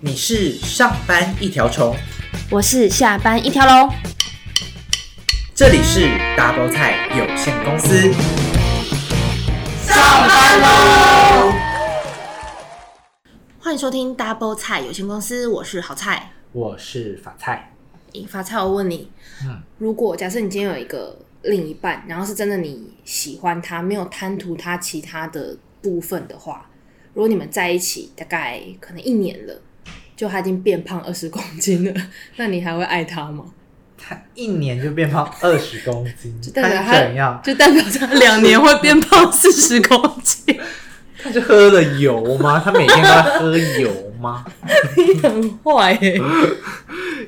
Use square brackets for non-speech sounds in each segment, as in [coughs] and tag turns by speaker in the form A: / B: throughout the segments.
A: 你是上班一条虫，
B: 我是下班一条龙。
A: 这里是 Double 菜有限公司。
B: 欢迎收听 Double 菜有限公司，我是好菜。
A: 我是法菜，
B: 引发菜，我问你，
A: 嗯
B: 如果假设你今天有一个另一半，然后是真的你喜欢他，没有贪图他其他的部分的话，如果你们在一起大概可能一年了，就他已经变胖二十公斤了， [laughs] 那你还会爱他吗？
A: 他一年就变胖二十公斤，
B: 代表
A: 他是怎样？
B: 就代表他两年会变胖四十公
A: [laughs]
B: 斤，
A: 他是喝了油 [laughs] 吗？他每天都在喝油吗？
B: 你很坏耶、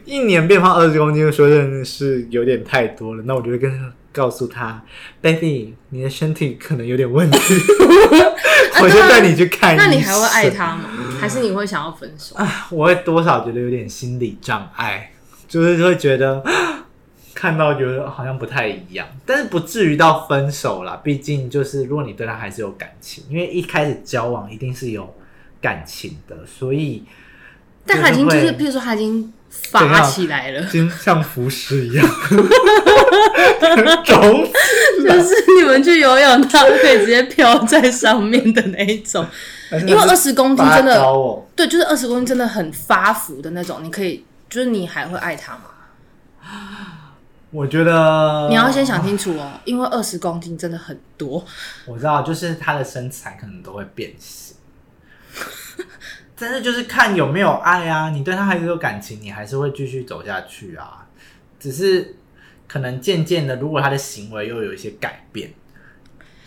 A: 一年变胖二十公斤，说真的是有点太多了。那我就会跟他告诉他，baby，你的身体可能有点问题， [laughs] 我就带你去看医
B: 那
A: 生。啊
B: 你还会爱他吗？还是你会想要分手？
A: 我会多少觉得有点心理障碍，就是会觉得 [gasps] 看到觉得好像不太一样，但是不至于到分手啦。毕竟就是如果你对他还是有感情，因为一开始交往一定是有感情的，所以
B: 但他已经就
A: 会
B: 是，譬如说他已经发起来
A: [laughs]
B: 了，
A: 经像浮尸一样， [laughs] 肿
B: 就是你们去游泳，他可以直接飘在上面的那一种。因为二十公斤
A: 拔
B: 真
A: 高
B: 的，
A: 哦，
B: 对，就是二十公斤真的很发福的那种。你可以，就是你还会爱他吗？
A: 我觉得
B: 你要先想清楚哦，因为二十公斤真的很多。
A: 我知道，就是他的身材可能都会变形， [laughs] 但是就是看有没有爱啊，你对他还是有感情，你还是会继续走下去啊。只是可能渐渐的，如果他的行为又有一些改变，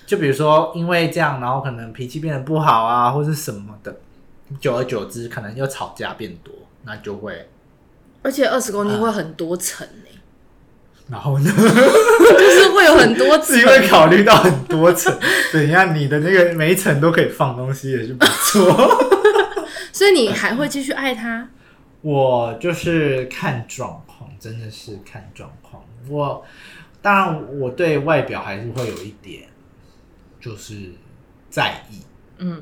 A: 就比如说因为这样，然后可能脾气变得不好啊，或是什么的，久而久之，可能又吵架变多，那就会，
B: 而且二十公
A: 啊
B: 斤会很多层欸
A: 然后呢， [laughs]
B: 就是会有很多层
A: 自己。会考虑到很多层，等一下你的那个每一层都可以放东西，也是不错。
B: 所以你还会继续爱他？
A: 我就是看状况，真的是看状况。我当然我对外表还是会有一点就是在意，
B: 嗯，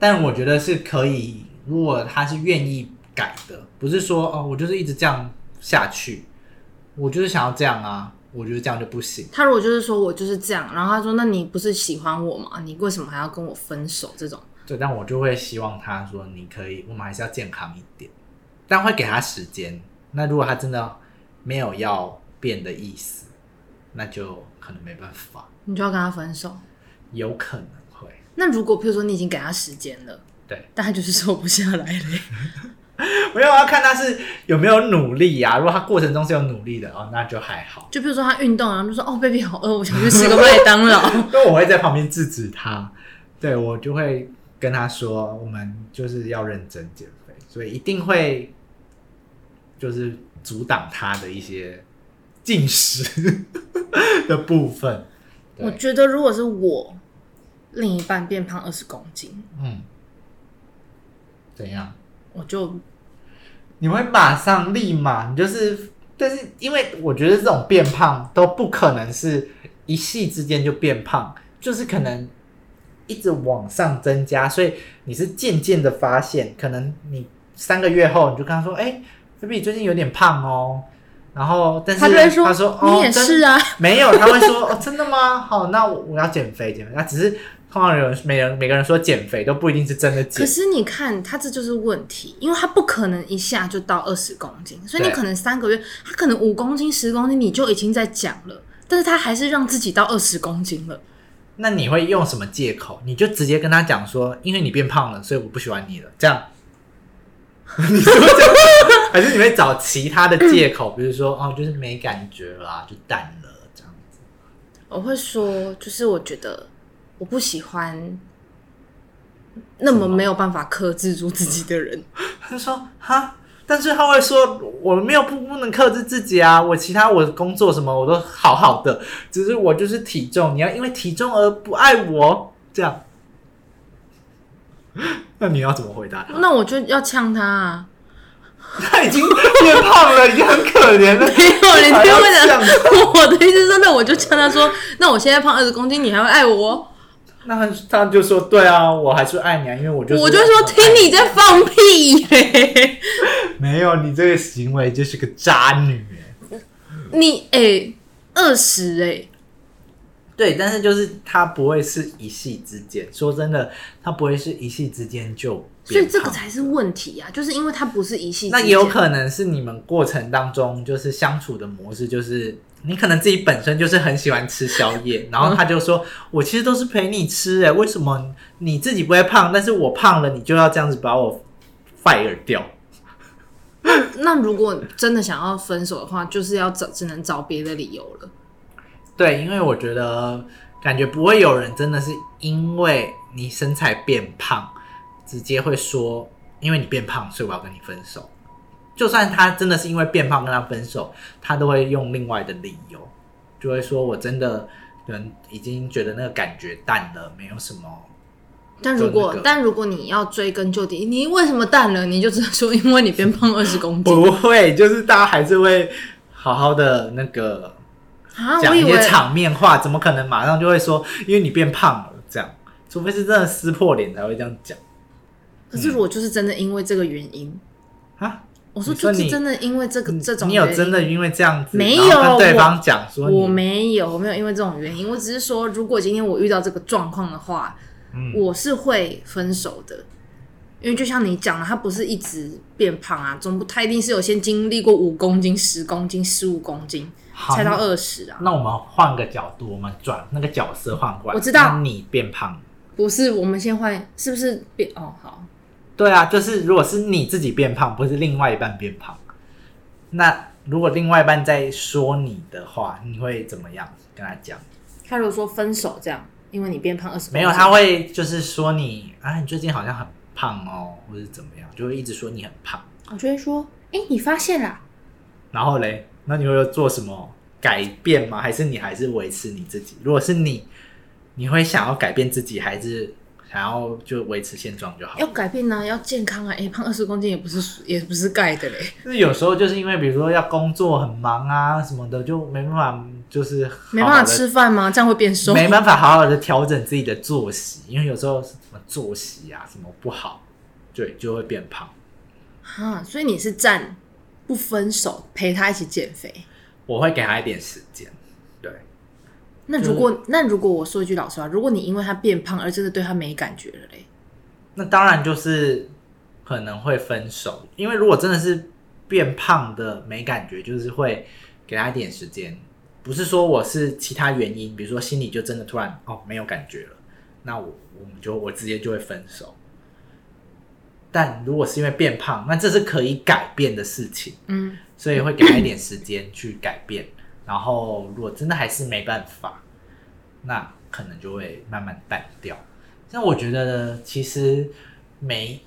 A: 但我觉得是可以，如果他是愿意改的，不是说哦，我就是一直这样下去，我就是想要这样啊，我觉得这样就不行。
B: 他如果就是说我就是这样，然后他说那你不是喜欢我吗？你为什么还要跟我分手？这种。
A: 对，但我就会希望他说，你可以，我们还是要健康一点，但会给他时间。那如果他真的没有要变的意思，那就可能没办法，
B: 你就要跟他分手。
A: 有可能会。
B: 那如果譬如说你已经给他时间了，
A: 对，
B: 但他就是瘦不下
A: [laughs]
B: 来嘞，
A: 没有啊要看他是有没有努力呀、如果他过程中是有努力的哦，那就还好。
B: 就譬如说他运动，然后就说哦，baby 好饿，
A: [laughs]
B: 我想去吃个麦当劳。
A: 因为我会在旁边制止他，对我就会跟他说，我们就是要认真减肥，所以一定会就是阻挡他的一些进食的部分。
B: 我
A: 对，
B: 觉得如果是我另一半变胖二十公斤，
A: 嗯，怎样？
B: 我就
A: 你会马上立马，你就是，但是因为我觉得这种变胖都不可能是一夕之间就变胖，就是可能一直往上增加，所以你是渐渐的发现，可能你三个月后你就跟他说，哎、b a b y 最近有点胖哦，然后但是
B: 他就会说
A: 他说哦
B: 你也
A: 真
B: 是啊，
A: 没有，他会说哦，真的吗？好，那我我要减肥减肥，那只是通常有人每人每个人说减肥都不一定是真的
B: 可
A: 减，
B: 是你看他这就是问题，因为他不可能一下就到二十公斤，所以你
A: 对
B: 可能三个月，他可能五公斤、十公斤你就已经在讲了，但是他还是让自己到二十公斤了。
A: 那你会用什么借口？你就直接跟他讲说，因为你变胖了，所以我不喜欢你了，这样。你说这样，还是你会找其他的借口，比如说哦，就是没感觉了啊、就淡了这样子。
B: 我会说，就是我觉得我不喜欢那么没有办法克制住自己的人。
A: 他就说哈，但是他会说我没有不不能克制自己啊，我其他我工作什么我都好好的，只是我就是体重，你要因为体重而不爱我这样。 [laughs] 那你要怎么回答他？
B: 那我就要呛他 [laughs] 啊！
A: 他已经变胖了，已经很可怜了。
B: 没有，你
A: 还
B: 听
A: 要
B: 我
A: 这样
B: 讲，我的意思是说，那我就呛他说，那我现在胖二十公斤，你还会爱我？
A: 那他就说对啊，我还是爱你啊，因为我就
B: 我就说听你在放屁耶！
A: 没有你这个行为就是个渣女欸。
B: 你哎，二十哎，
A: 对，但是就是他不会是一夕之间，说真的，他不会是一夕之间就
B: 所
A: 变
B: 以这个
A: 胖
B: 才是问题啊！就是因为它不是一系之
A: 那
B: 间，
A: 也有可能是你们过程当中就是相处的模式，就是你可能自己本身就是很喜欢吃宵夜，然后他就说：“我其实都是陪你吃、欸，为什么你自己不会胖，但是我胖了，你就要这样子把我 fire 掉
B: 那如果真的想要分手的话，就是要找只能找别的理由了。？”
A: 对，因为我觉得感觉不会有人真的是因为你身材变胖，直接会说因为你变胖，所以我要跟你分手。就算他真的是因为变胖跟他分手，他都会用另外的理由，就会说我真的可能已经觉得那个感觉淡了，没有什么。
B: 但如果、
A: 就那个
B: 但如果你要追根究底，你为什么淡了？你就只能说因为你变胖二十公
A: [laughs]
B: 斤
A: 不会，就是大家还是会好好的那个
B: 啊！我
A: 讲
B: 以
A: 一些
B: 为
A: 场面话，怎么可能马上就会说因为你变胖了这样？除非是真的撕破脸才会这样讲
B: 可是我就是真的因为这个原因，
A: 啊。
B: 我说
A: 你说
B: 就
A: 你
B: 是真的因为这个这种
A: 嗯你有
B: 原因
A: 真的因为这样子
B: 没
A: 然后跟
B: 有
A: 对
B: 我
A: 方讲说你
B: 我没有我没有因为这种原因，我只是说如果今天我遇到这个状况的话，
A: 嗯
B: 我是会分手的。因为就像你讲的，他不是一直变胖啊，总不他一定是有先经历过五公斤、十公斤、十五公斤，
A: 好
B: 才到二十啊。
A: 那我们换个角度，我们转那个角色换过来。
B: 我知道
A: 那你变胖，
B: 不是，我们先换，是不是变？哦，好，
A: 对啊，就是如果是你自己变胖，不是另外一半变胖，那如果另外一半在说你的话，你会怎么样跟他讲？
B: 他如果说分手这样，因为你变胖二十，
A: 没有，他会就是说你啊，你最近好像很胖哦，或者怎么样，就会一直说你很胖。
B: 我就会说，哎、你发现啦，
A: 然后嘞，那你会做什么改变吗？还是你还是维持你自己？如果是你，你会想要改变自己，还是想要就维持现状就好？
B: 要改变呢、要健康啊，哎、胖二十公斤也不是也不是盖的嘞，
A: 就是有时候就是因为比如说要工作很忙啊什么的，就没办法，就是好好地
B: 没办法吃，饭吗？这样会变瘦？
A: 没办法好好的调整自己的作息，因为有时候什么作息啊什么不好，对，就会变胖。
B: 啊，所以你是站不分手，陪他一起减肥。
A: 我会给他一点时间，对，
B: 那如果那如果我说一句老实话，如果你因为他变胖而真的对他没感觉了嘞，
A: 那当然就是可能会分手，因为如果真的是变胖的没感觉，就是会给他一点时间，不是说我是其他原因，比如说心里就真的突然哦没有感觉了，那我我们就我直接就会分手。但如果是因为变胖，那这是可以改变的事情，
B: 嗯，
A: 所以会给他一点时间去改变。然后如果真的还是没办法，那可能就会慢慢淡掉。但我觉得其实每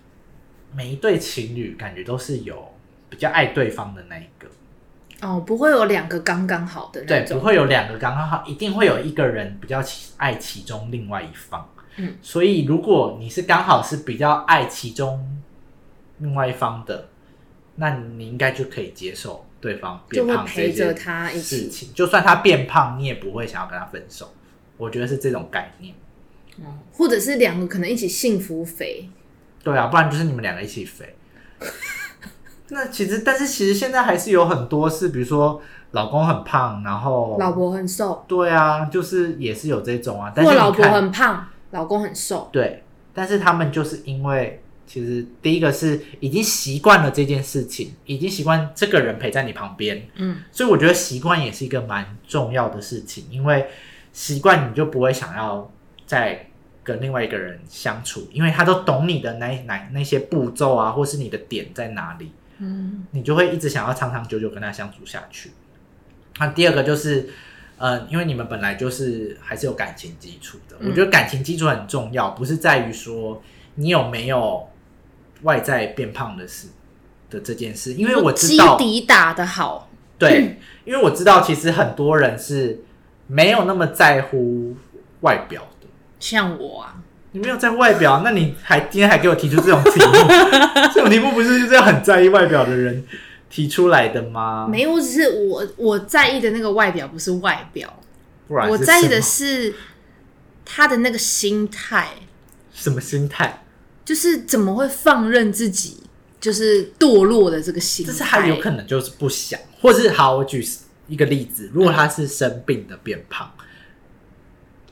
A: 每一对情侣感觉都是有比较爱对方的那一个，
B: 哦，不会有两个刚刚好的
A: 对
B: 那，
A: 不
B: 种，
A: 会有两个刚刚好，一定会有一个人比较其爱其中另外一方。
B: 嗯，
A: 所以如果你是刚好是比较爱其中另外一方的，那你应该就可以接受对方变
B: 就会
A: 胖这
B: 陪着
A: 件
B: 他一
A: 事
B: 起
A: 情。就算他变胖，你也不会想要跟他分手。我觉得是这种概念。
B: 哦或者是两个可能一起幸福肥，
A: 对啊，不然就是你们两个一起
B: [laughs]
A: 肥。那其实，但是其实现在还是有很多是，比如说老公很胖，然后
B: 老婆很瘦，
A: 对啊，就是也是有这种啊。但是
B: 或
A: 你
B: 老婆
A: 看
B: 很胖，老公很瘦，
A: 对，但是他们就是因为其实第一个是已经习惯了这件事情，已经习惯这个人陪在你旁边，
B: 嗯，
A: 所以我觉得习惯也是一个蛮重要的事情，因为习惯你就不会想要再跟另外一个人相处，因为他都懂你的那那那些步骤啊，或是你的点在哪里，
B: 嗯，
A: 你就会一直想要长长久久跟他相处下去。那第二个就是，呃，因为你们本来就是还是有感情基础的，
B: 嗯
A: 我觉得感情基础很重要，不是在于说你有没有外在变胖的事的这件事，因为我知
B: 基
A: 道，
B: 底打得好， [clears throat]
A: 对，因为我知道其实很多人是没有那么在乎外表的。
B: 像我啊，
A: 你没有在乎外表，那你还今天还给我提出这种题
B: [laughs]
A: 目？这种题目不是就是很在意外表的人提出来的吗？
B: 没有，我只是我我在意的那个外表不是外表，
A: 不然是
B: 我在意的
A: 什么
B: 是他的那个心态，
A: 什么心态？
B: 就是怎么会放任自己就是堕落的这个心态？
A: 就是他有可能就是不想，或是好，我举一个例子，如果他是生病的变胖，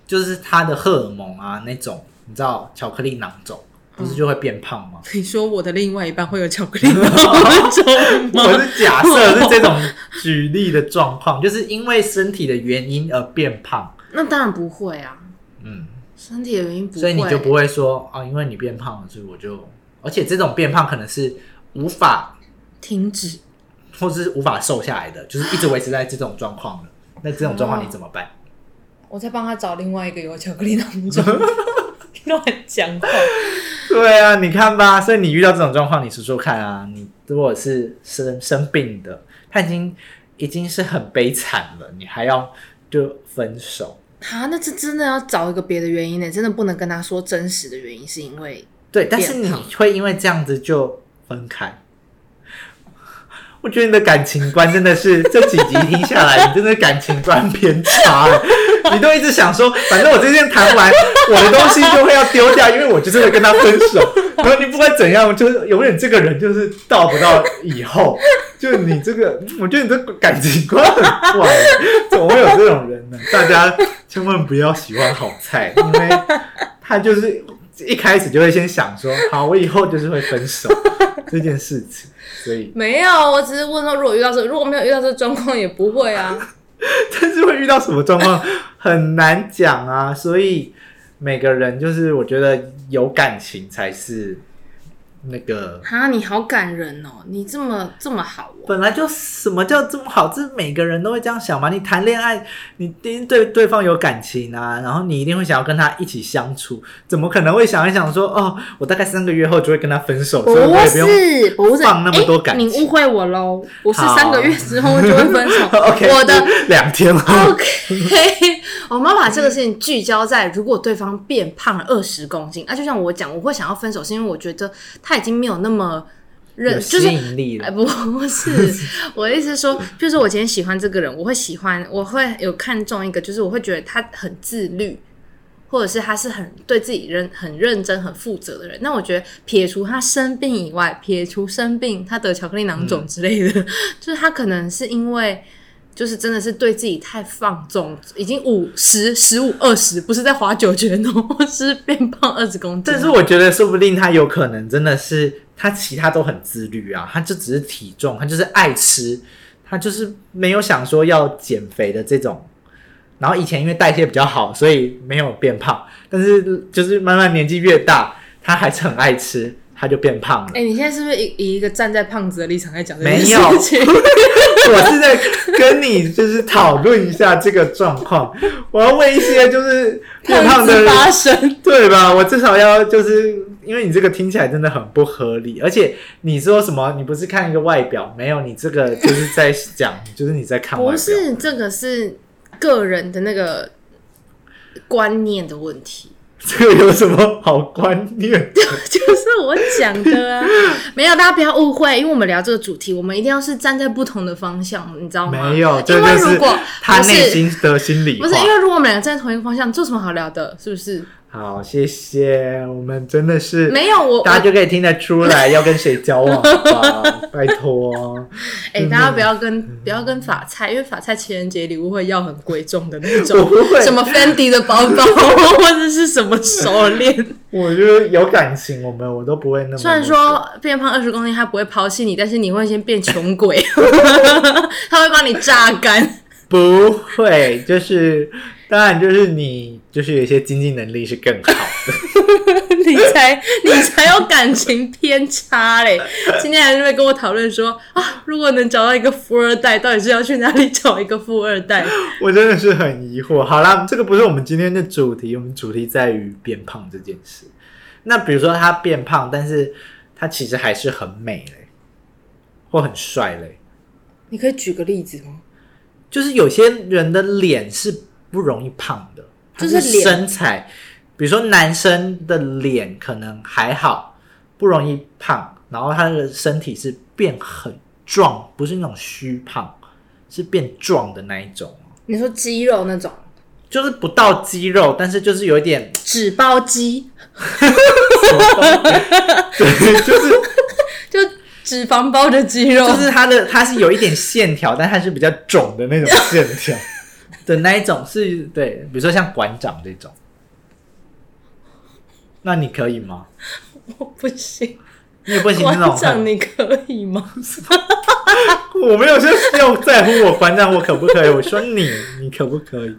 A: 就是他的荷尔蒙啊那种，你知道巧克力囊肿不是就会变胖吗？
B: 你说我的另外一半会有巧克力囊肿吗？
A: [laughs] 我是假设是这种举例的状况，就是因为身体的原因而变胖，
B: 那当然不会啊，
A: 嗯，
B: 身体的原因不会，
A: 所以你就不会说啊、因为你变胖了，所以我就，而且这种变胖可能是无法
B: 停止。
A: 或是无法瘦下来的，就是一直维持在这种状况的。那这种状况你怎么办？
B: 我在帮他找另外一个有巧克力囊 [laughs] 肿，乱讲话。
A: 对啊，你看吧，所以你遇到这种状况，你说说看啊，你如果是生生病的，他已经已经是很悲惨了，你还要就分手。
B: 啊，那这真的要找一个别的原因呢，欸真的不能跟他说真实的原因，是因为
A: 对，但是你会因为这样子就分开。 [laughs] 我觉得你的感情观真的是这几集听下来，你真的感情观偏差 [laughs] 了。你都一直想说，反正我这件谈完，我的东西就会要丢掉，因为我就是会跟他分手。 [laughs] 然后你不管怎样，就是永远这个人就是到不到以后，就你这个，我觉得你这个感情观很怪，怎么会有这种人呢？大家千万不要喜欢好菜，因为他就是一开始就会先想 [laughs] 说，好，我以后就是会分 [laughs] 手这件事情，所以。
B: 没有，我只是问说，如果遇到这，如果没有遇到这状况，也不会啊。
A: 但是会遇到什么状况很难讲啊，所以每个人就是我觉得有感情才是那个，
B: 哈，你好感人哦，你这么这么好哦。
A: 本来就什么叫这么好，这每个人都会这样想嘛。你谈恋爱，你一定对对方有感情啊，然后你一定会想要跟他一起相处，怎么可能会想一想说哦，我大概三个月后就会跟他分手，哦所以我也不用
B: 哦是不是哎
A: 放那么多感情
B: 诶你误会我喽。不是
A: 好
B: 三个月之后就会分手。
A: [laughs] [laughs] OK，嗯
B: 我的
A: 是两天后
B: OK，我们要把这个事情聚焦在如果对方变胖了二十公斤，啊，就像我讲，我会想要分手，是因为我觉得他已经没有那么认，
A: 有
B: 就
A: 吸
B: 是
A: 引力
B: 哎，
A: 了，
B: 不 [laughs] 是，我的意思是说，譬如说我今天喜欢这个人，我会喜欢，我会有看中一个，就是我会觉得他很自律，或者是他是很对自己认很认真、很负责的人。那我觉得撇除他生病以外，撇除生病，他得巧克力囊肿之类的， [laughs] 就是他可能是因为。就是真的是对自己太放纵，已经五十、十五、二十，不是在划九圈哦， [laughs] 是变胖二十公斤。啊
A: 但是我觉得，说不定他有可能真的是他其他都很自律啊，他就只是体重，他就是爱吃，他就是没有想说要减肥的这种。然后以前因为代谢比较好，所以没有变胖，但是就是慢慢年纪越大，他还是很爱吃，他就变胖了。 [laughs]
B: 哎、你现在是不是以以一个站在胖子的立场在讲这件
A: 没
B: 事
A: 有
B: 情？
A: 我是在跟你就是讨论一下这个状况，我要问一些就是变胖的人
B: 发生，
A: 对吧？我至少要就是因为你这个听起来真的很不合理，而且你说什么？你不是看一个外表，没有，你这个就是在讲，就是你在看外
B: 不
A: 表。
B: 是这个是个人的那个观念的问题， [laughs]
A: 这个有什么好观念？
B: 就是我讲的啊，没有大家不要误会，因为我们聊这个主题，我们一定要是站在不同的方向，你知道吗？
A: 没有，这
B: [laughs] 因
A: 就
B: 为
A: 是
B: 如果
A: 他
B: 不
A: 内
B: 是
A: 心的心里
B: 不
A: 话。
B: 是因为如果我们两个站在同一个方向，这有什么好聊的？是不是？
A: 好，谢谢，我们真的是
B: 没有我，
A: 嗯
B: 我
A: 大家就可以听得出来要跟谁交往
B: [laughs]
A: 吧，拜托。
B: 哎、
A: 嗯
B: 大家不要跟不要跟法菜，因为法菜情人节礼物会要很贵重的那种
A: 我 [laughs] 不会，
B: 什么 Fendi 的包包或者是什么手链。
A: 我觉得有感情，我们我都不会那么。
B: [laughs] 虽然说变胖二十公斤他不会抛弃你，但是你会先变穷鬼， [laughs] 他会把你榨干。
A: 不会，就是当然就是你就是有一些经济能力是更好的，
B: [laughs] 你才你才有感情偏差嘞！今天还是会跟我讨论说啊，如果能找到一个富二代，到底是要去哪里找一个富二代？
A: 我真的是很疑惑。好啦，这个不是我们今天的主题，我们主题在于变胖这件事。那比如说他变胖，但是他其实还是很美嘞，或很帅嘞，
B: [gasps] 你可以举个例子吗？
A: 就是有些人的脸是不容易胖的，
B: 就是
A: 他
B: 脸
A: 身材，比如说男生的脸可能还好，不容易胖，然后他的身体是变很壮，不是那种虚胖，是变壮的那一种，
B: 你说肌肉那种，
A: 就是不到肌肉，但是就是有一点，
B: 纸包肌，
A: 对，就是
B: 就脂肪包着肌肉，
A: [laughs] 就是它的它是有一点线条，但它是比较肿的那种线条 [laughs] 的那一种是，对，比如说像馆长这种，那你可以吗？
B: 我不行。
A: 你也不行那种
B: 馆长，
A: 很，
B: 你可以吗？ [laughs]
A: 我没有说要在乎我馆长我可不可以，我说
B: [laughs]
A: 你你可不可以？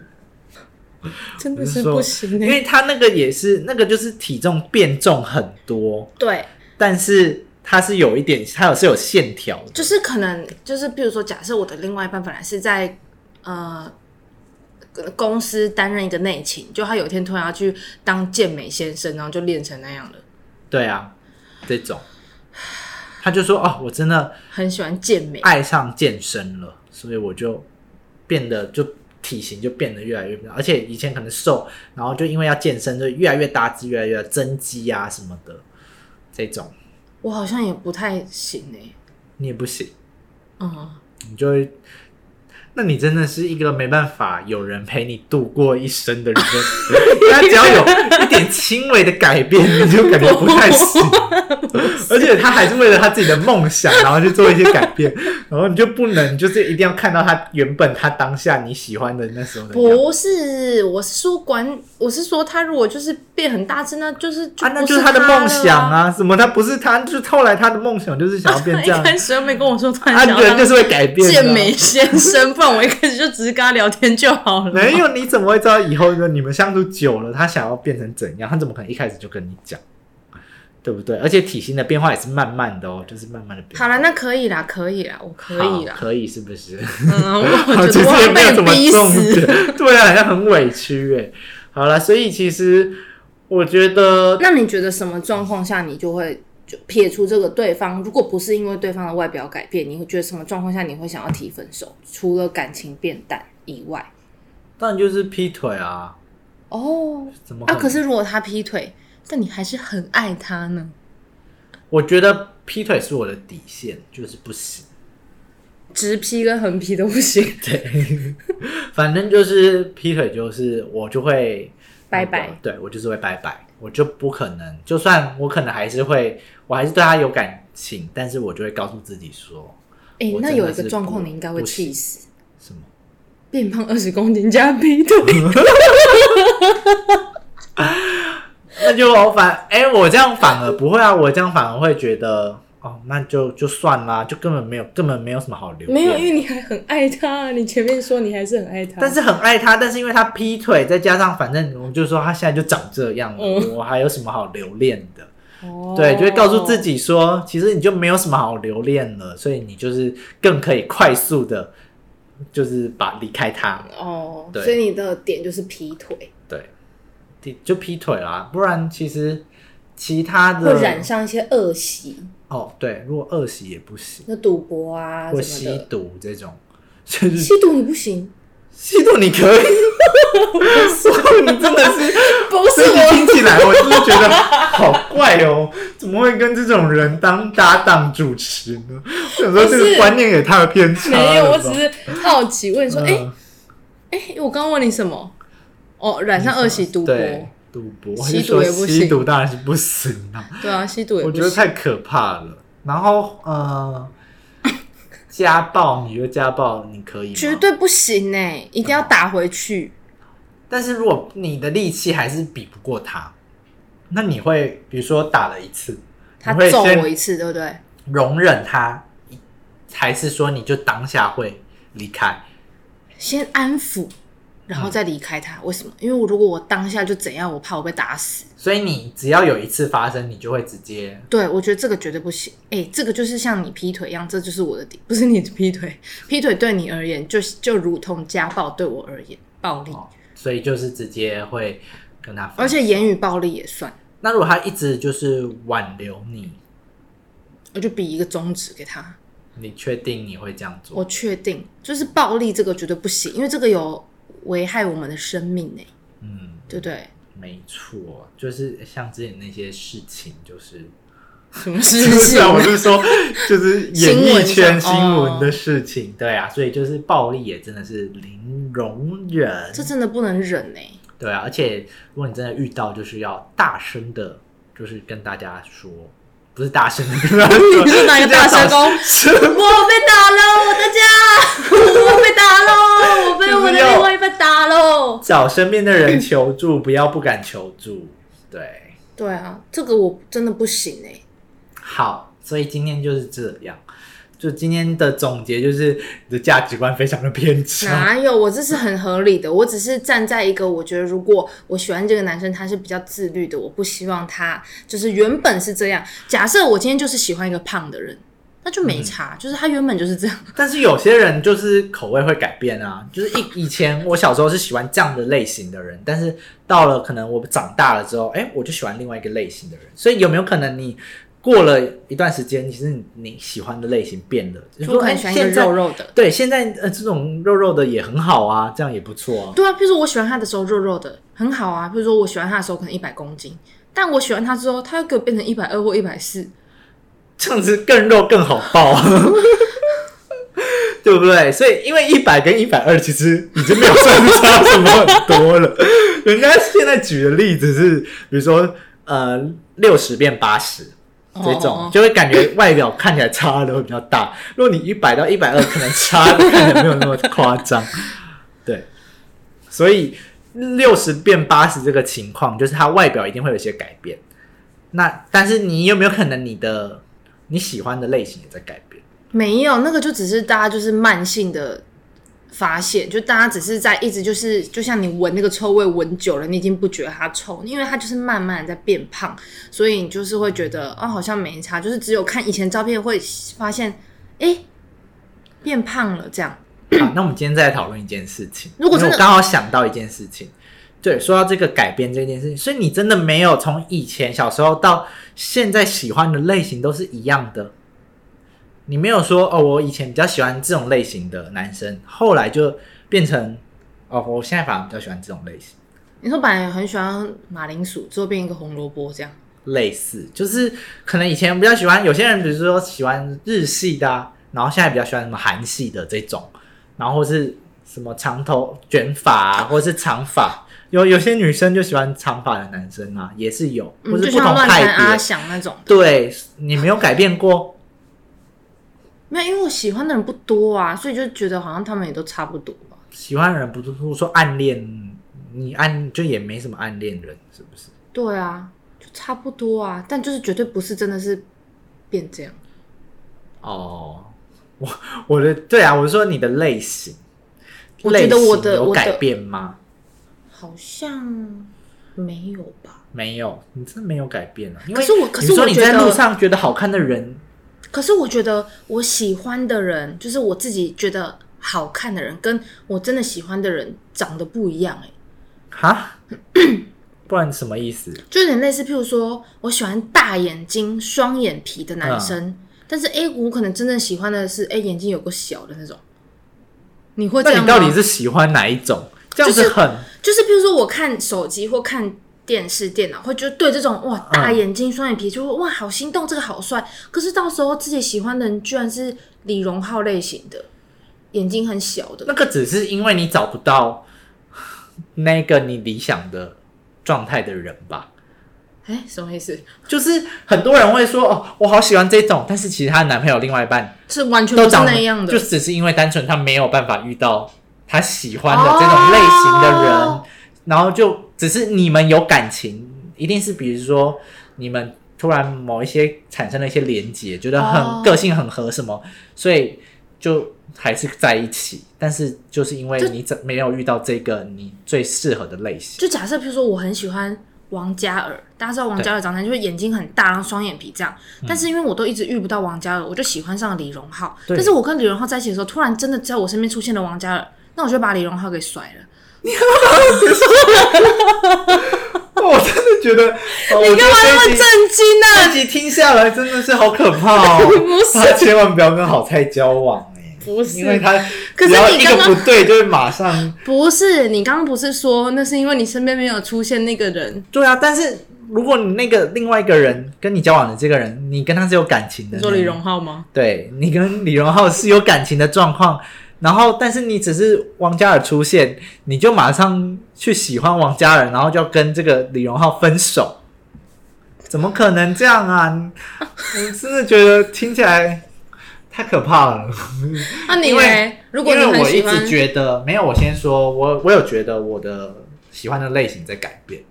B: 真的
A: 我
B: 是
A: 说
B: 不行
A: 因
B: 欸。
A: 为他那个也是那个就是体重变重很多，
B: 对，
A: 但是它是有一点，它有是有线条的，
B: 就是可能就是，比如说，假设我的另外一半本来是在呃公司担任一个内勤，就他有一天突然要去当健美先生，然后就练成那样了。
A: 对啊，这种，他就说哦，我真的
B: 很喜欢健美，
A: 爱上健身了，所以我就变得就体型就变得越来越，而且以前可能瘦，然后就因为要健身，就越来越大肌，越来越增肌啊什么的，这种
B: 我好像也不太行哎、
A: 你也不行，
B: 嗯，
A: 你就会，那你真的是一个没办法有人陪你度过一生
B: [laughs]
A: 的人，他只要有一点轻微的改变，你就感觉不太行。而且他还是为了他自己的梦想，然后去做一些改变，然后你就不能就是一定要看到他原本他当下你喜欢的那时候的样子
B: 不是，我是说管，我是说他如果就是变很大只，那就是就
A: 啊，那
B: 不
A: 就是
B: 他
A: 他的梦想
B: [laughs] 了啊。
A: 啊，什么他不是他，就是后来他的梦想就是想要变
B: 他
A: 这
B: 一
A: 样，
B: 开始又没跟 [laughs] 我说，突然
A: 啊，
B: 想要
A: 人
B: 当
A: 就是会改变的啊
B: 健美先生，不然我一开始就只是跟他聊天就好
A: [laughs]
B: 了。
A: 没有，你怎么会知道以后呢？你们相处久了，他想要变成怎样？他怎么可能一开始就跟你讲，对不对？而且体型的变化也是慢慢的哦，就是慢慢的变
B: 好。了，那可以啦，可以啦，我可以
A: 好
B: 啦。
A: 可以是不是？
B: 嗯，我
A: [laughs] 好
B: 我
A: 其
B: 觉
A: 实
B: 得我
A: 也
B: 要
A: 没有
B: 被
A: 怎么
B: 逼
A: 重
B: 死。
A: 点，对啊，好像很委屈哎。好了，所以其实我觉得
B: [laughs] 那你觉得什么状况下你就会就撇除这个对方？如果不是因为对方的外表改变，你会觉得什么状况下你会想要提分手？除了感情变淡以外，
A: 当然就是劈腿啊，
B: 哦，
A: 怎么
B: 啊，
A: 能
B: 可是如果他劈腿，但你还是很爱他呢，
A: 我觉得劈腿是我的底线，就是不行。
B: 直劈跟横劈都不行。
A: [laughs] 对，反正就是劈腿，就是我就会
B: 拜
A: 那个
B: 拜
A: 对我就是会拜拜，我就不可能，就算我可能还是会，我还是对他有感情，但是我就会告诉自己说
B: 哎、
A: 我
B: 那
A: 真
B: 有
A: 的
B: 一个
A: 是
B: 状
A: 不
B: 况你应该会
A: 不
B: 气
A: 行
B: 死，
A: 什么。
B: 变胖二十公斤加
A: [laughs]
B: 劈腿，
A: 那就反 [laughs] 哎、我这样反而不会啊，我这样反而会觉得哦，那就就算啦，就根本没有根本没有什么好留恋。
B: 没有，因为你还很爱他，你前面说你还是很爱他，
A: 但是很爱他，但是因为他劈腿，再加上反正我就说他现在就长这样了，
B: 嗯
A: 我还有什么好留恋的？
B: 哦
A: 对，就会告诉自。己说，其实你就没有什么好留恋了，所以你就是更可以快速的，就是把离开他，
B: 哦，
A: 对
B: 所以你的点就是劈腿，
A: 对，劈就劈腿啦，不然其实其他
B: 会
A: 的
B: 染上一些恶习，
A: 哦，对，如果恶习也不行，
B: 那赌博啊
A: 或
B: 什
A: 吸
B: 么的。
A: 毒这种， [laughs] 就是
B: 吸毒你
A: [laughs]
B: 不行，
A: 吸毒你
B: [laughs]
A: 可以， [laughs] 你真的是。
B: 不
A: [laughs] 所以听起来，我就是觉得好怪 [laughs] 哦，怎么会跟这种人当搭档主持呢？我想说这
B: 不
A: 个
B: 是
A: 观念也太偏差了吧。
B: 没有，
A: [laughs]
B: 我只是好奇问说，哎
A: 嗯
B: 哎、诶我刚刚问你什么？哦，染上恶习赌博，
A: 对，嗯赌博
B: 吸
A: 就
B: 毒
A: 说
B: 也不行
A: 吸毒当然是不行啦、
B: 对啊，吸毒也
A: [laughs] 我
B: 不
A: 觉得
B: 行。
A: 太可怕了。然后呃，家暴，你觉得家暴你可以吗？
B: 绝。对不行呢、一定要打回去。
A: 但是如果你的力气还是比不过他，那你会比如说打了一次，
B: 他
A: 你会
B: 揍
A: 先
B: 我一次，对不对？
A: 容忍他，还是说你就当下会离开？
B: 先安抚，然
A: 嗯
B: 后再离开他。为什么？因为我如果我当下就怎样，我怕我被打死。
A: 所以你只要有一次发生，你就会直接
B: 对，我觉得这个绝对不行。哎、这个就是像你劈腿一样，这就是我的底，不是你的劈腿。劈腿对你而言，就就如同家暴对我而言，暴力，嗯
A: 哦，所以就是直接会跟他分手。
B: 而且言语暴力也算。
A: 那如果他一直就是挽留你，
B: 我就比一个中指给他。
A: 你确定你会这样做？
B: 我确定，就是暴力这个绝对不行，因为这个有危害我们的生命呢、
A: 嗯，
B: 对不对？ [laughs]
A: 没错，就是像之前那些事情，就是
B: 什么事
A: 不是
B: 情
A: 啊，？我是说，就是演艺圈
B: 新闻上哦
A: 新闻的事情，对啊，所以就是暴力也真的是零容忍，
B: 这真的不能忍 [laughs] 哎、
A: 对啊，而且如果你真的遇到，就是要大声的，就是跟大家说，不是大声的跟大家说，
B: 你是哪个大 [laughs] 声公
A: 就是要
B: 我被打了，我的家， [laughs] 我被打了，我被我的另外一半打了。
A: 找找身边的人求助，不要不敢求助，对，
B: 对啊，这个我真的不行哎、
A: 好，所以今天就是这样。就今天的总结就是，你的价值观非常的偏差。
B: 哪有？我这是很合理的，我只是站在一个我觉得，如果我喜欢这个男生，他是比较自律的，我不希望他就是原本是这样。假设我今天就是喜欢一个胖的人，那就
A: 嗯
B: 没差，就是他原本就是这
A: [laughs]
B: 样。
A: 但是有些人就是口味会改变啊，就是以以前我小时候是喜欢这样的类型的人，但是到了可能我长大了之后，哎、我就喜欢另外一个类型的人。所以有没有可能你过了一段时间，其实你喜欢的类型变了？你
B: 就我可
A: 哎
B: 能喜欢一个
A: 现在
B: 肉肉的，
A: 对，现在呃这种肉肉的也很好啊，这样也不错啊。
B: 对啊，譬如说我喜欢他的时候肉肉的，很好啊。譬如说我喜欢他的时候可能一百公斤，但我喜欢他之后，他又给我变成一百二或一百四，
A: 这样子更肉更好爆， [laughs] 对不对？所以因为一百跟一百二其实已经没有算差什么很多了。 [laughs] 人家现在举的例子是，比如说呃六十变八十。这种
B: 哦
A: 就会感觉外表看起来差的会比较大，如果你一百到一百二，可能差的看起来没有那么夸张。
B: [laughs]
A: 对，所以六十变八十这个情况，就是他外表一定会有一些改变。那但是你有没有可能你的你喜欢的类型也在改
B: [coughs]
A: 变？
B: 没有，那个就只是大家就是慢性的发现，就大家只是在一直就是，就像你闻那个臭味闻久了，你已经不觉得它臭，因为它就是慢慢地在变胖，所以你就是会觉得哦，好像没差，就是只有看以前照片会发现，哎、变胖了这样。
A: 好，那我们今天再来讨论一件事情。
B: 如果
A: 因为
B: 真的
A: 我刚好想到一件事情，对，说到这个改变这件事情，所以你真的没有从以前小时候到现在喜欢的类型都是一样的。你没有说哦，我以前比较喜欢这种类型的男生，后来就变成哦，我现在反而比较喜欢这种类型。
B: 你说本来很喜欢马铃薯，最后变一个红萝卜这样。
A: 类似，就是可能以前比较喜欢有些人，比如说喜欢日系的、啊，然后现在比较喜欢什么韩系的这种，然后或是什么长头卷发、啊，或是长发。有有些女生就喜欢长发的男生啊， [laughs] 也是有，
B: 嗯
A: 或
B: 就是
A: 不
B: 像
A: 同
B: 乱
A: 派
B: 弹
A: 别。
B: 阿翔那种的，
A: 对你没有改变过，
B: 没有，因为我喜欢的人不多啊，所以就觉得好像他们也都差不多吧。
A: 喜欢的人不是说说暗恋，你暗就也没什么暗恋人，是不是？
B: 对啊，就差不多啊，但就是绝对不是真的是变这样。
A: 哦，我我的对啊，我说你的类型，
B: 我觉得
A: 类型
B: 我的
A: 有
B: 我的
A: 改变吗？
B: 好像没有吧？
A: 没有，你真的没有改变啊！因为
B: 可是我可是
A: 你说
B: 我
A: 你
B: 觉
A: 在
B: 得
A: 路上觉得好看的人，
B: 可是我觉得我喜欢的人，就是我自己觉得好看的人，跟我真的喜欢的人长得不一样、欸。 [coughs]
A: 哈，不然什么意思？
B: 就有点类似，譬如说我喜欢大眼睛、双眼皮的
A: 嗯
B: 男生，但是哎、欸我可能真正喜欢的是哎、欸眼睛有个小的那种。你会这
A: 那
B: 样
A: 你
B: 吗？
A: 到底是喜欢哪一种？这样子很、
B: 就是譬如说，我看手机或看电视、电脑，会觉得对这种
A: 嗯
B: 哇大眼睛、双眼皮，就会哇好心动，这个好帅。可是到时候自己喜欢的人居然是李荣浩类型的，眼睛很小的
A: 那，个，只是因为你找不到 [laughs] 那个你理想的状态的人吧。
B: 哎、什么意思？
A: 就是很多人会说哦，我好喜欢这种，但是其实她的男朋友另外一半
B: 是完全不
A: 都
B: 是
A: 长
B: 那样的，
A: 就只是因为单纯他没有办法遇到他喜欢的这种类型的人，
B: 哦
A: 然后就只是你们有感情，一定是比如说你们突然某一些产生了一些连结，觉得很、
B: 哦
A: 个性很合什么，所以就还是在一起，但是就是因为
B: 就
A: 你怎没有遇到这个你最适合的类型，
B: 就假设，譬如说我很喜欢王嘉尔，大家知道王嘉尔长得就是眼睛很大，然后双眼皮这样。
A: 嗯
B: 但是因为我都一直遇不到王嘉尔，我就喜欢上了李荣浩。
A: 对
B: 但是我跟李荣浩在一起的时候，突然真的在我身边出现了王嘉尔，那我就把李荣浩给甩了。
A: [laughs] 我真的觉得，哦
B: 你干嘛那么震惊啊呢、
A: 这集听下来真的是好可 [laughs] 怕哦！
B: 不是
A: 他千万不要跟好菜交往哎、
B: 不是
A: 因为他
B: 可是
A: 只要
B: 你
A: 一
B: 刚
A: 个
B: 刚
A: 不对，就会马上
B: 不是，你刚刚不是说那是因为你身边没有出现那个人？
A: [laughs] 对啊。但是如果你那个另外一个人跟你交往的这个人，你跟他是有感情的，
C: 你说李荣，浩吗？
A: 对你跟李荣浩是有感情的状况，然后但是你只是王嘉尔出现，你就马上去喜欢王嘉尔，然后就要跟这个李荣浩分手，怎么可能这样啊？我真的觉得听起来太可怕了。
C: 那啊你
A: 因为
C: 嘞？如果你
A: 因为
C: 很
A: 我一
C: 喜欢
A: 直，觉得没有，我先说，我我有觉得我的喜欢的类型在改变，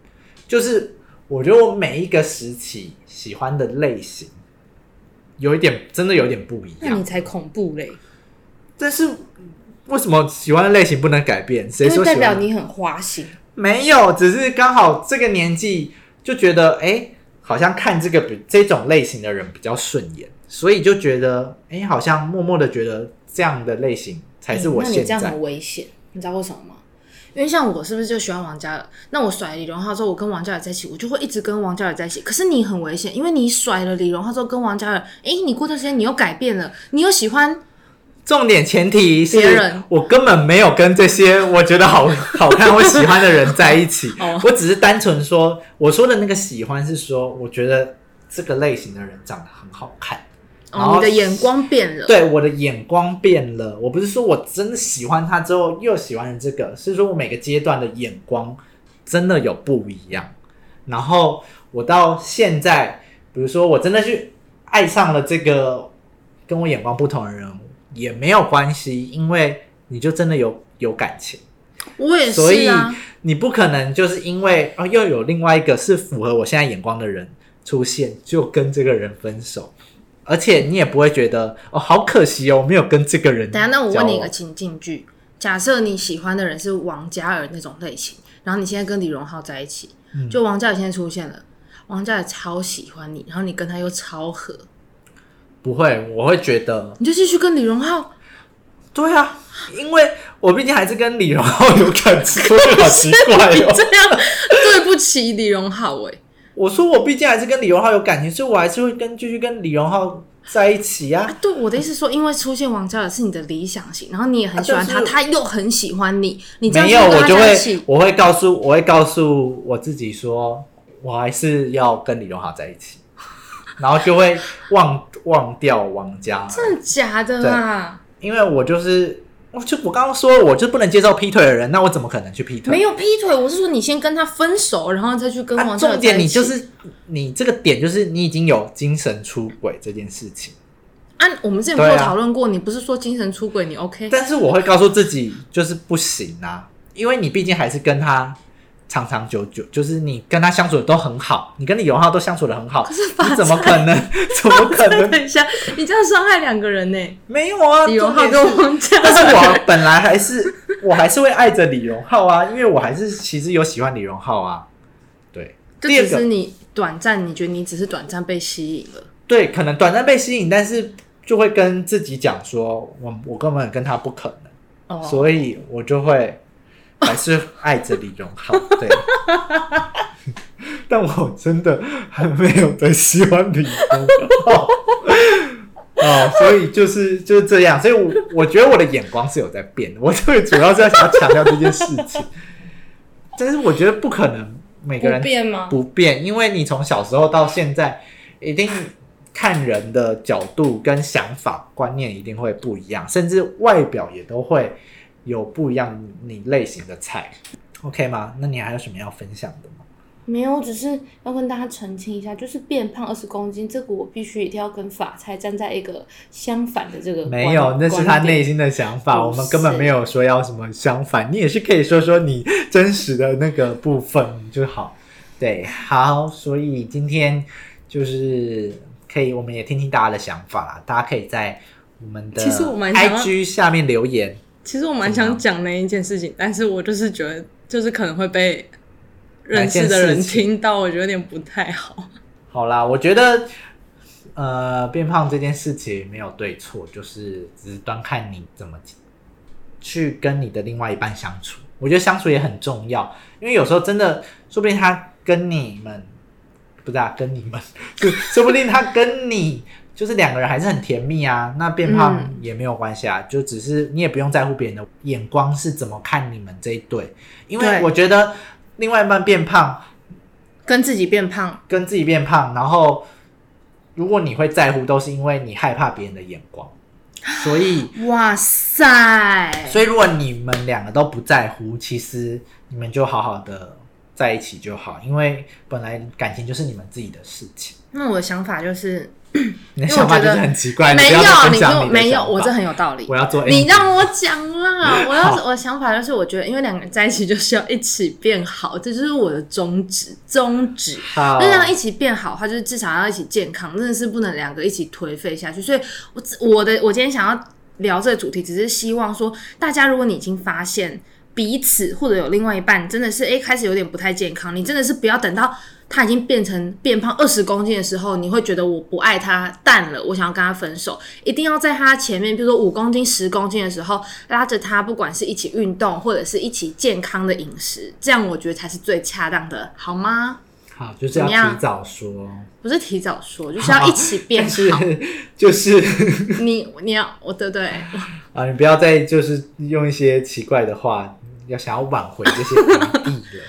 A: 就是我觉得我每一个时期喜欢的类型有一点真的有点不一
B: 那你
A: 样，
B: 才恐怖嘞，
A: 但是为什么喜欢的类型不能改变？谁
B: 因为
A: 说喜
B: 代
A: 欢
B: 表你很花心。
A: 没有，只是刚好这个年纪就觉得，哎、好像看这个比这种类型的人比较顺眼，所以就觉得，哎、好像默默的觉得这样的类型才是我
B: 那你
A: 现
B: 这样
A: 在。
B: 很危险，你知道为什么吗？因为像我是不是就喜欢王嘉尔？那我甩了李荣浩之后，我跟王嘉尔在一起，我就会一直跟王嘉尔在一起。可是你很危险，因为你甩了李荣浩之后跟王嘉尔，诶，你过段时间你又改变了，你又喜欢哦
A: 重点前提
B: 别
A: 是
B: 人
A: 我根本没有跟这些我觉得好好看或喜欢的人在一
B: [laughs]
A: 起
C: 哦，
A: 我只是单纯说，我说的那个喜欢是说，我觉得这个类型的人长得很好看，然
B: 哦，
A: 后
B: 你的眼光变了。，
A: 对我的眼光变了。我不是说我真的喜欢他之后又喜欢了这个，是说我每个阶段的眼光真的有不一样。然后我到现在，比如说我真的去爱上了这个跟我眼光不同的人，也没有关系，因为你就真的有有感情。
B: 我也
A: 所以
B: 是啊。
A: 你不可能就是因为哦又有另外一个是符合我现在眼光的人出现，就跟这个人分手，而且你也不会觉得哦好可惜哦，我没有跟这个人交
B: 等一
A: 往。
B: 下，那我问你一个情境剧：假设你喜欢的人是王嘉尔那种类型，然后你现在跟李荣浩在一起，
A: 嗯
B: 就王嘉尔现在出现了，王嘉尔超喜欢你，然后你跟他又超合，
A: 不会，我会觉得
B: 你就继续跟李荣浩。
A: 对啊，因为我毕竟还是跟李荣浩有感情， [laughs] 我觉得好奇
B: [laughs]
A: 怪
B: 你
A: 哦。
B: 这样对不起李荣浩哎、
A: 我说我毕竟还是跟李荣浩有感情，所以我还是会跟继续跟李荣浩在一起啊。
B: 啊，对我的意思说，因为出现王嘉尔是你的理想型，然后你也很喜欢他，
A: 啊就是
B: 他又很喜欢你，你这样
A: 没
B: 子
A: 有，
B: 跟
A: 我
B: 他
A: 就
B: 在一
A: 会
B: 起，
A: 我会告诉我会告诉我自己说，我还是要跟李荣浩在一起， [laughs] 然后就会忘忘掉王嘉尔，
B: 真的假的啊？
A: 因为我就是我就我刚刚说我就不能接受劈腿的人，那我怎么可能去劈腿？
B: 没有劈腿，我是说你先跟他分手，然后再去跟
A: 啊，
B: 王嘉
A: 重
B: 尔在一起、
A: 点你就是你这个点就是你已经有精神出轨这件事情，
B: 啊，我们之前不是有
A: 对啊
B: 讨论过，你不是说精神出轨你 OK？
A: 但是我会告诉自己就是不行啊，因为你毕竟还是跟他。长长久久，就是你跟他相处的都很好，你跟李荣浩都相处的很好，
B: 可是
A: 你
B: 法
A: 怎么可
B: 菜 [laughs]
A: 能？怎么可
C: 啊
A: 能？
B: 等一下，你这样伤害两个人呢、
A: [laughs] 没有啊，
B: 李荣浩
A: 重点
B: 跟
A: 是
B: 王嘉
A: 但是
B: 尔，
C: 啊
A: 我本来还是我还是会爱着李荣浩啊，因为我还是其实有喜欢李荣浩啊。对，
B: [laughs] 就
A: 第二
B: 只
A: 个
B: 是你短暂，你觉得你只是短暂被吸引了。
A: 对，可能短暂被吸引，但是就会跟自己讲说，我我根本跟他不可能，
B: 哦，
A: 所以我就会还是爱着李荣浩。对。 [laughs] 但我真的还没有很喜欢李荣浩 [laughs] 哦，所以就是就是这样，所以我我觉得我的眼光是有在变的，我最主要是要想要强调这件事情。但是我觉得不可能每个人
B: 不变吗
A: 不变，因为你从小时候到现在，一定看人的角度跟想法观念一定会不一样，甚至外表也都会有不一样你类型的菜，OK 吗？那你还有什么要分享的吗？
B: 没有，我只是要跟大家澄清一下，就是变胖二十公斤，这个我必须一定要跟法菜站在一个相反的这个
A: 没有，那是他内
B: 心。
A: 心的想法，
B: 不
A: 我们根本没有说要什么相反。你也是可以说说你真实的那个部分就好。对，好，所以今天就是可以，我们也听听大家的想法啦。大家可以在我们的
C: 其实我蛮想要
A: IG 下面留言，
C: 其实我蛮想讲那一件事情，但是我就是觉得，就是可能会被认识的
A: 哪件
C: 人
A: 事情
C: 听到，我觉得有点不太好。
A: 好啦，我觉得，呃，变胖这件事情没有对错，就是只是端看你怎么去跟你的另外一半相处。我觉得相处也很重要，因为有时候真的，说不定他跟你们，不是啊，跟你们， [laughs] 就说不定他跟你就是两个人还是很甜蜜啊。那变胖
B: 嗯
A: 也没有关系啊，就只是你也不用在乎别人的眼光是怎么看你们这一对，因为
C: 对
A: 我觉得另外一半变胖
B: 跟自己变胖，
A: 跟自己变胖，然后如果你会在乎，都是因为你害怕别人的眼光，所
B: [laughs]
A: 以
B: 哇塞，
A: 所以如果你们两个都不在乎，其实你们就好好的在一起就好，因为本来感情就是你们自己的事情。
B: 那我的想法就是，
A: 你的想法
B: [laughs] 因
A: 就
B: 为我觉得
A: 是很奇怪，
B: 没
A: 哎不要再
B: 有，
A: 分
B: 你
A: 享
B: 就
A: 你的
B: 没有，
A: 想法
B: 我这很有道理
A: 我。要做 ending，
B: 你让我讲
A: [laughs]
B: 啦，我要
A: 好
B: 是我的想法就是，我觉得因为两个人在一起就是要一起变好，这就是我的宗旨，宗旨。
A: 好
B: 那让一起变好，它就是至少要一起健康，真的是不能两个一起颓废下去。所以我只，我的我今天想要聊这个主题，只是希望说，大家如果你已经发现彼此或者有另外一半真的是诶开始有点不太健康，你真的是不要等到他已经变成变胖二十公斤的时候，你会觉得我不爱他淡了，我想要跟他分手，一定要在他前面，比如说五公斤、十公斤的时候，拉着他，不管是一起运动或者是一起健康的饮食，这样我觉得才是最恰当的，好吗？
A: 好，就是
B: 怎
A: 要
B: 么样
A: 提早说，
B: 不是提早说，就是要一起
A: [laughs]
B: 变
A: 但是
B: 好。
A: 就是 [laughs]
B: 你你要我对不对？
A: 啊，你不要再就是用一些奇怪的话，要想要挽回这些余地了。
B: [laughs]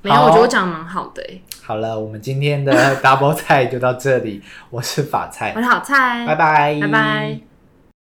B: 没有，我觉得我讲得蛮好的、欸，
A: 好了，我们今 [laughs] 天的 double 菜就到这里，我是法菜
B: 我，是好菜，
A: 拜拜，
B: 拜拜